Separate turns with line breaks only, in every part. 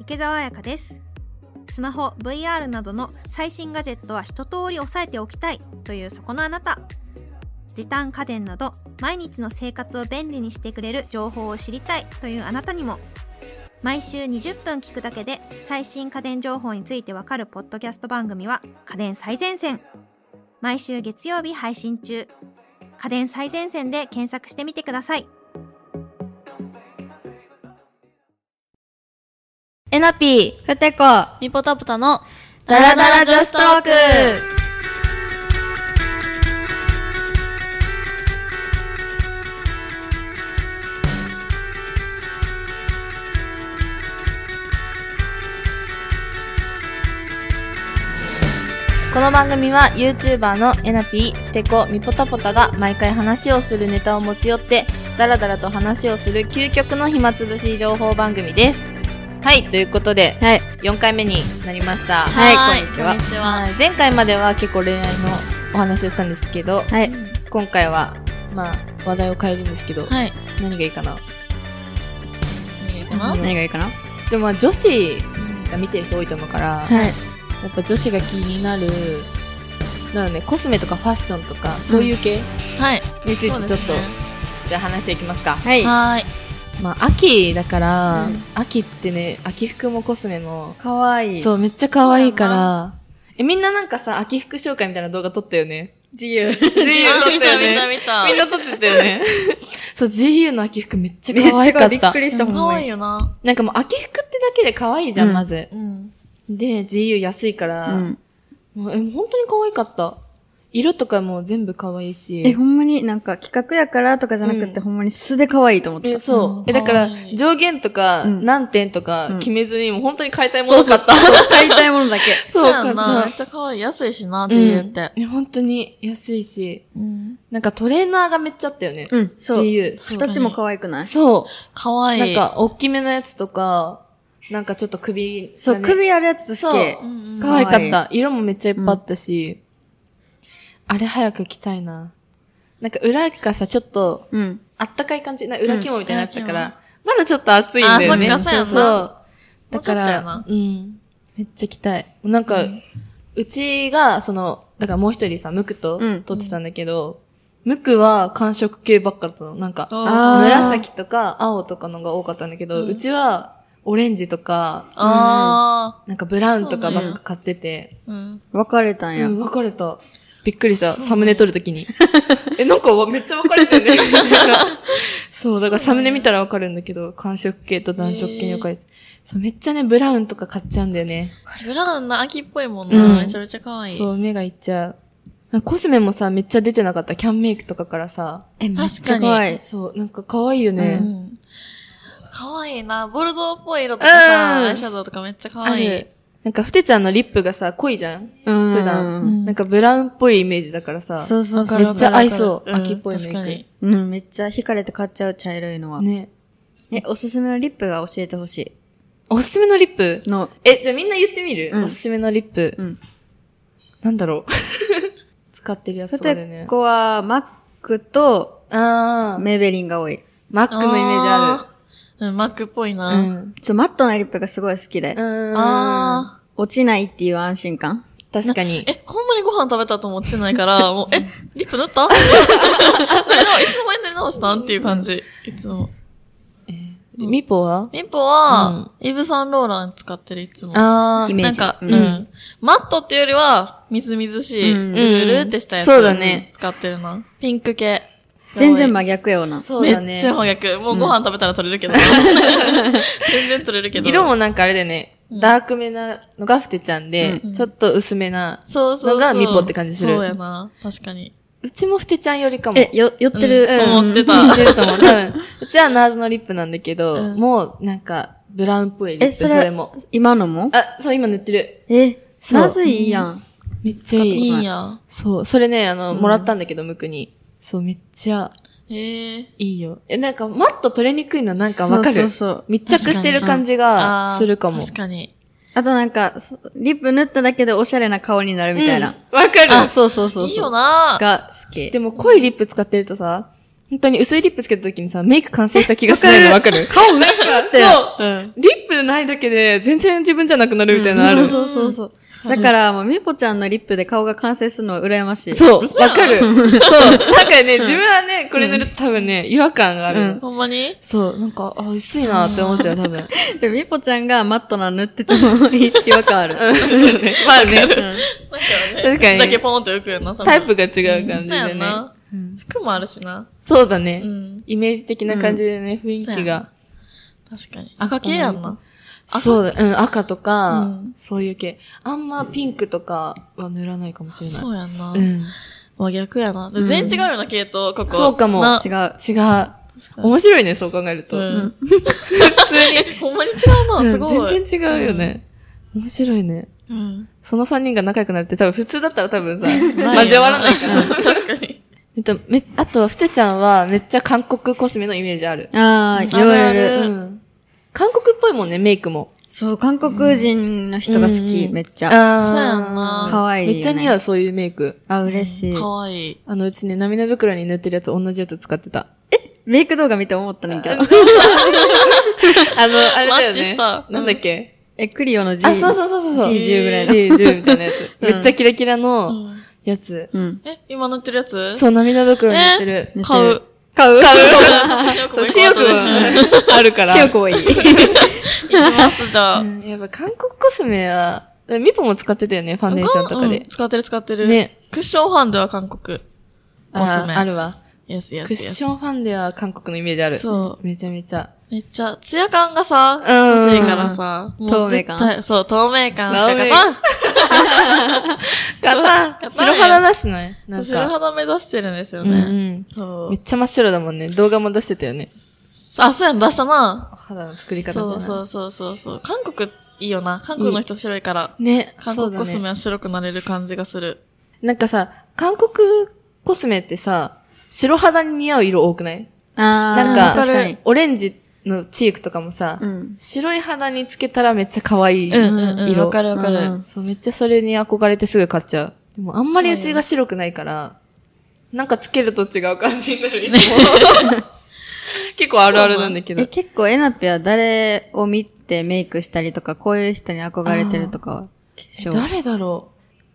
池澤彩香ですスマホ VR などの最新ガジェットは一通り押さえておきたいというそこのあなた時短家電など毎日の生活を便利にしてくれる情報を知りたいというあなたにも毎週20分聞くだけで最新家電情報についてわかるポッドキャスト番組は家電最前線毎週月曜日配信中家電最前線で検索してみてくださいえなぴーふてこ
ミポタプタの
ダラダラ女子トーク
この番組は YouTuber のえなぴー、ふてこ、みぽたぽたが毎回話をするネタを持ち寄ってダラダラと話をする究極の暇つぶし情報番組ですはいということで、
はい
4回目になりました
はい
こんにちははい前回までは結構恋愛のお話をしたんですけど、
はい
今回はまあ話題を変えるんですけど、
はい
何がいいかな
何がいいか
な
何がいいかな
でもまあ女子が見てる人多いと思うから、
はい
やっぱ女子が気になるなのでコスメとかファッションとかそういう系
はい
についてちょ
そう
っ
で
と、
すね
じゃあ話していきますか、
はい
はい。
まあ秋だから、
うん
秋ってね秋服もコスメも
かわいい
そううめっちゃ可愛いからえみんななんかさ秋服紹介みたいな動画撮ったよね
GU
GU 撮
見
ったよ
た見た
ね
見た。
みんな撮ってたよねそう GU の秋服めっちゃ可愛かった
りし
可愛い
い
よな。
なんかもう秋服ってだけで可愛いじゃん、
うん
まず
うん。
で GU 安いから、
うん
もうえ、本当に可愛かった。色とかも全部可愛いし。
えほんまになんか企画やからとかじゃなく
う
て
ん
ほんまに素で可愛いと思った
え、そう。
うん
え、だから
可愛、い
上限とか、
うん
何点とか
うん
決めずに、もう本当に買いたいもの買った。
買いたいものだけ
そうや
買
ん
っ
な。
た
めっちゃ可愛い。安いしな、自由って。
え、本当に安いし。
うん。
なんかトレーナーがめっちゃあったよね。
うんそう
GU。
形も可愛くない
そ
可
う。
愛。
ないん、か、大きめのやつとか、なんかちょっと首がね、
そう首あるやつと好き
そううん
うん。
可愛かった。色もめっちゃいっぱいあったし、あれ早く着たいな。なんか裏がさ、ちょっと、
うん
あったかい感じ、な裏肝みたいになってた
う
か
ん裏
ら、まだちょっと暑いんだよね。
あそっかそうやんな
そう
もう
だか
ちょっとや
ら
な、
うん。めっちゃ着たい。なんか、うちが、その、だからもう一人さ、ムクと
うん
撮ってたんだけど、ムクは寒色系ばっかだったの。なんか、
あ
ー
紫とか青とかのが多かったんだけど、
う
うんちはオレンジとか、
あ
なんかブラウンとかばっか買ってて、
ー。うん。
別れたんや
うん、分かれた。びっくりした。サムネ撮るときに。え、なんかわめっちゃ分かれたよね。なんか そう、だからサムネ見たら分かるんだけど、寒色系と暖色系に分かれて。そう、めっちゃね、ブラウンとか買っちゃうんだよね。
ブラウンな秋っぽいもん
うん
な。めちゃめちゃ可愛い。
そう、目がいっちゃう。コスメもさ、めっちゃ出てなかった。キャンメイクとかからさ。
えめっ
確
ち
か
ゃ
に
可愛い
そう、なんか可愛いよね。
うん。可愛いな。ボルゾーっぽい色とかさ、
うん
アイシャドウとかめっちゃ可
あ
愛い
る。。なんか、ふてちゃんのリップがさ、濃いじゃん
うん
普段
うん
うん
なんか、ブラウンっぽいイメージだからさ。
そうそうそう
めっちゃ合いそう。
わかるわかる
秋っぽいメイ
うん確かに
ク。
うんめっちゃ惹かれて買っちゃう茶色いのは
ね。
えおすすめのリップが教えてほし
おすすめのリップ
いの
え、じゃあみんな言ってみる、
うん
おすすめのリップ。
うん
なんだろう 使ってるやつ
ふ
とかでね
て。こはマックと
あー。
メイベリンが多い
マックのイメージあ
る。うん、マックっぽい
る。う
な。
ん。
ちょマットなリップがすごい好きで、
うん。
あ
落ちないっていう安心感
確かに
ー。。え、ほんまにご飯食べたと思ってない から、もう、え、リップ塗った塗り直いつの間に塗り直したんっていう感じ。いつも。
ミポは
ミポは、イヴサンローラン使ってる、いつも。
あ
イ
ー。
メー
なん
ジ
か、
う
うんん、マットっていうよりは、みずみずしい、
うん
ブルブルってしたやつ。
そうだね
使ってるな。ピンク系。
全然真逆よな
そう
め
だ
っ
ね
ちゃ。翻訳。もうご飯食べたら取れる けど。全然取れるけど。
色もなんかあれだよね。
うん
ダークめなのがフテちゃんで、
ん
ちょっと薄めな。
そうそうそう。
のがミポって感じする
そうやな。確かに。
うちもフテちゃんよりかも。
え、よ、寄ってる。
うん
うん
思って
うん似
た。
てると思う。多分。うちはナーズのリップなんだけど、
うん
もうなんか、ブラウンっぽいリップ。
え、それ、
も。
今のも
あ、そう、今塗ってる。
え、
そう
まずいいやん。
めっちゃ
いいんや。
そう、それね、あの、もらったんだけど、ムクに。そう、めっちゃ
へえ。
いいよ。え、なんか、マット取れにくいのなんかわかる。
そうそうそう。
密着してる感じ
あ
が
ー
するかも。
確かに。
あとなんか、そリップ塗っただけでおしゃれな顔になるみたいな。
うんわかる。
そうそうそうそう。
いいよな
が好き。
でも、濃いリップ使ってるとさ、本当に薄いリップつけた時にさ、メイク完成した気がしないのわかる
顔上しかあって。
そう
うん。
リップないだけで全然自分じゃなくなるみたいなのある。
そうそうそうそう。だから、もう、みぽちゃんのリップで顔が完成するのは羨ましい。
そう、わかる。そう。なんかね、自分はね、これ塗ると多分ね、違和感があるの。
うん
ほんまに
そう、なんか、あ、薄いなって思っちゃう、多分。
でもみぽちゃんがマットなの塗っててもいい違和感ある。
まあね、
うん
なんか
確
ね、
かに
口だけポンって浮くよな、多分
タイプが違う感じ
そうや
で
ん
ね。
な。服もあるしな。
そうだ
う
ね。
ん。
イメージ的な感じでね、雰囲
そう
気
や
が
な。確かに。赤系やんな。赤
そうだ、うん、赤とか、
うん
そういう系。あんまピンクとかは塗らないかもしれない。
そうやんな
う。ん。
真逆やな。で全然違うような系統、ここ。
そうかも
な
違
違
う。
う。
確かに
面白いね、そう考えると。
うん。普通に。ほんまに違う
うん
な、すごい。
全然違うよね。面白いね。
うん。
その三人が仲良くなるって多分普通だったら多分 さ、
ないよ
交わらないから。
確かに。
えっと、め、あと、ふてちゃんはめっちゃ韓国コスメのイメージある。
ああ、言わ
あ
れ
るあ
る。
る
うん。韓国っぽいもんね、メイクも。
そう、韓国人の人が好き、
うん
めっちゃ。
あー
そうやんな
可愛いよね
めっちゃ似合う、そういうメイク。
あ、嬉しい
か。わいい。
あの、うちね、涙袋に塗ってるやつ、同じやつ使ってた。
メイク動画見て思ったねんけど。
あの、あれだよ
マッチ
ね。
した
なんだっけ、
え、クリオの G。
あ、そうそうそうそう。
G10 ぐらいの
G10 みたいなやつ。
うん
めっちゃキラキラ
う
の
ん
やつ。
うん。
え、今乗ってるやつ
そう、涙袋に塗ってる。
え
塗
買う。
買う
買
そう、視力
行
はあるから。
塩子 はいい。
きます、じゃあ。
うんやっぱ韓国コスメは、ミポも使ってたよね、ファンデーションとか
う
で
ん。使ってる使ってる。
ね。
クッションファンデは韓国。コスメ。
ああるわ。
Yes, yes, yes.
クッションファンデは韓国のイメージある。
そう
めちゃめちゃ。
めっちゃ、ツヤ感がさ、
うん
欲しいからさ、もう絶
透明
対。そう、透明 感しか
透明
勝たん。
硬
硬い
白肌だしないなん
白
か。
肌目指してるんですよ
うんう
ね。
ん。
そ
めっ
う。
ちゃ真っ白だもんね。動画も出してたよね。
あ、そうやん、出したな。
肌の作り方。
そうそううそうそうそう。韓国、いいよな。韓国の人白いから。
ね。
韓
そう
国
だ
コ
ね
スメは白くなれる感じがする。
なんかさ、韓国コスメってさ、白肌に似合う色多くない
あー
なんか
確かに。
オレンジのチークとかもさ、
うん。
白い肌につけたらめっちゃ可愛い。
うんうんうん。
色
わかるわか
う
る
ん。
そう、めっちゃそれに憧れてすぐ買っちゃう。でもあんまりうちが白くないから、なんかつけると違う感じにな る。いつも結構あるあるなんだけど
え、。結構エナピは誰を見てメイクしたりとか、こういう人に憧れてるとかは、化粧。
誰だろ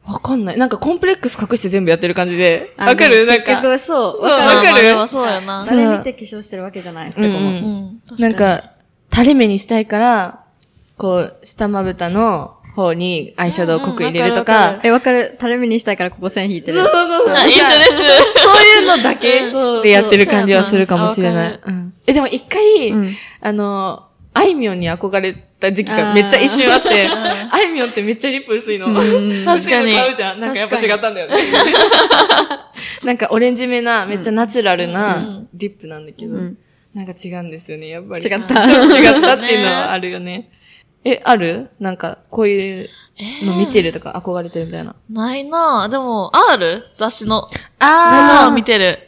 うわかんない。なんかコンプレックス隠して全部やってる感じで。
あ
わかる
でも
なん
結
か。
局、そう。
そう
ま
わ
あ
か
わ
る。
かる
まあでもそうやな。
そう
誰見て化粧してるわけじゃない。
うんうん
でも
うん。確か
なん
に、
か、垂れ目にしたいから、こう、下まぶたの方にアイシャドウ濃く入れる
うん
と
うんわかるわ
か
か、
え、わかる垂れ目にしたいからここ線引いて
そう
る。
そうそうそう。
あ一緒です。
そういうのだけ
うんそう
でやってる感じはするかもしれな
そう
い。うんえ、でも一回、
うん
あの、あいみょんに憧れた時期がめっちゃ一瞬あって、あいみょんってめっちゃリップ薄いの。
うん
確かに
薄いの買うじゃん。なんかやっぱ違ったんだよね。 なんかオレンジめな、めっちゃナチュラル
う
なんリップなんだけど、
うん
なんか違うんですよね、やっぱり。
違っ
ちょ
た
っ。と違ったっていうのはあるよね。え、あるなんか、こういうの見てるとか憧れてるみたいな。
ないなぁ。でも、R? 雑誌の。
あ
見てる。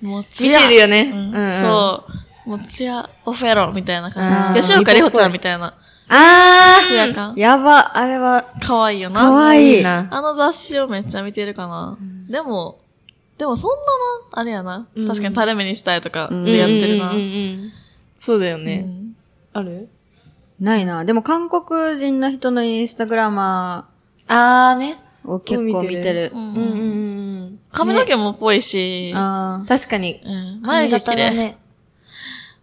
もう、
見
ツヤ。
てるよね。
うん
うんうん
そう。もう、ツヤ、オフェロみたいな
あ
感
ー
じ。吉岡里帆ちゃんみたいな。
あ
ツヤ感
ーやば、あれは、
可愛いよな。
かわい
いい
い。
な
あの雑誌をめっちゃ見てるかな。でも、でもそんなな、あれやな。
うん
確かに垂れ目にしたいとか、
うん
でやってるな。
うんうんうんうんそうだよ
う
ね。
ん
ある
ないな。でも韓国人の人のインスタグラマ
あーね。
ーを結構見てる。
う
うんうんうんん
髪の毛もっぽいし、
あ
うん。確かに。
うん眉毛綺
髪型が
麗。
ね。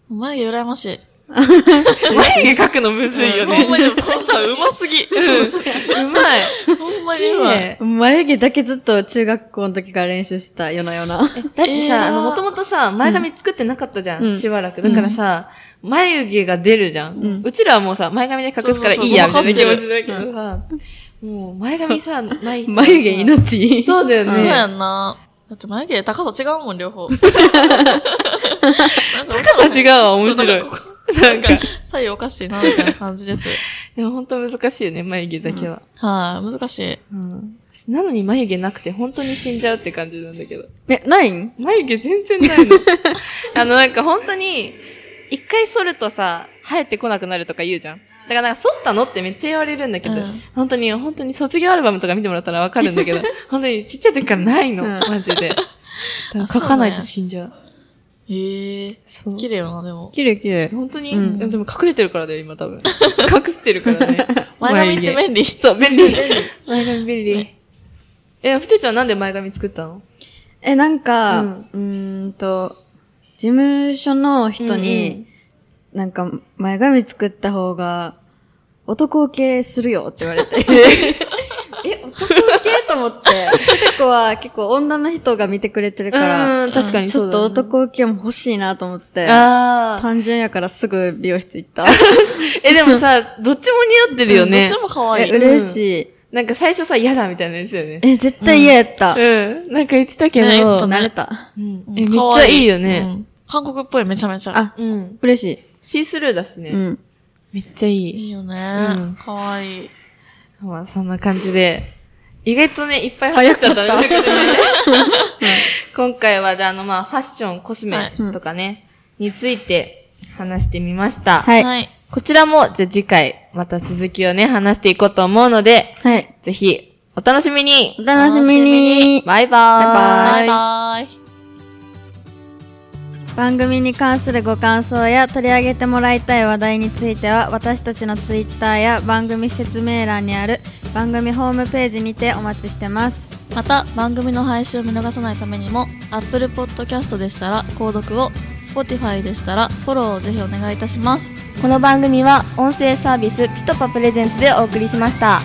眉毛羨ましい。
眉毛描くのむずいよ
ほん
ね。
まに、ポンちゃんうますぎ。
うまい。
ほんまに
綺
うまい。
麗。
あ。眉毛だけずっと中学校の時から練習してた、よなよな。
だって
えー
さ、あの、もともとさ、前髪作ってなかったじゃ
うん
ん、しばらく。だからさ、眉毛が出るじゃん
ん。
うちらはもうさ、前髪で隠すからいいや、みた
そう
い
そう
な
そ
気
うごま
持
か
ち
し
だけどさ、もう前髪さ、ない人はさ
眉毛命。
そうだよね。
そうやんな。だって眉毛高さ違うもん、両 方。高
高さ違うわ、面白い。
なんか、左右おかしいな、みたいな感じです。
でも本当難しいよね、眉毛だけは。
はい、難しい。
うんなのに眉毛なくて本当に死んじゃうって感じなんだけど。
え、ないん
眉毛全然ないの。あのなんか本当に、一回剃るとさ、生えてこなくなるとか言うじゃん。だからなんか剃ったのってめっちゃ言われるんだけど、
うん
本当に、本当に卒業アルバムとか見てもらったらわかるんだけど、本当にちっちゃい時からないの、
うん
マジで。だから書かないと死んじゃう。
えへえ。
そう。
綺麗よな、でも。
綺麗綺麗。
本当に、
うん
でも隠れてるからだよ、今多分。 隠してるからね。
前髪って便利。
そう、便利。 前髪便利。え、ふてちゃんなんで前髪作ったの
え、なんか、
う
うんーんと、事務所の人に、なんか、前髪作った方が、男受けするよって言わ れて。え、男受けと思って。結構は、結構女の人が見てくれてるから、
うん、確かに
ち
そ
ょ
う
っ
だね
と男受けも欲しいなと思って、
ああ。
単純やからすぐ美容室行った。
え、でもさ、どっちも似合ってるよね
どっ。ちも可愛
え、
い。
嬉しい。
なんか最初さ、嫌だみたいなやつだよね。
え、絶対嫌やった。
うん。なんか言ってたけ
ね言った
ど、
ね
慣れた。
うん
うん
え、めっち
可
ゃ
愛
いいよね。
うん韓国っぽい、めちゃめちゃ。
あ、
うん。
嬉し
シースルーだし
い。う
ね。
ん。
めっちゃい
い
い。
いよ
うん
ね。可愛い。
まあ、そんな感じで。意外とね、いっぱい話しちゃったね。 今回は、じゃあ、あの、まあ、ファッション、コスメとかね、について話してみました。
はい。
はい。
こちらも、じゃあ次回、また続きをね、話していこうと思うので、
はい。
ぜひ、お楽しみに
お楽しみに。
バイバーイ
バイバーイ。
番組に関するご感想や取り上げてもらいたい話題については私たちのツイッターや番組説明欄にある番組ホームページにてお待ちしてます
また番組の配信を見逃さないためにも Apple Podcast でしたら購読を Spotify でしたらフォローをぜひお願いいたします
この番組は音声サービスピトパプレゼンツでお送りしました。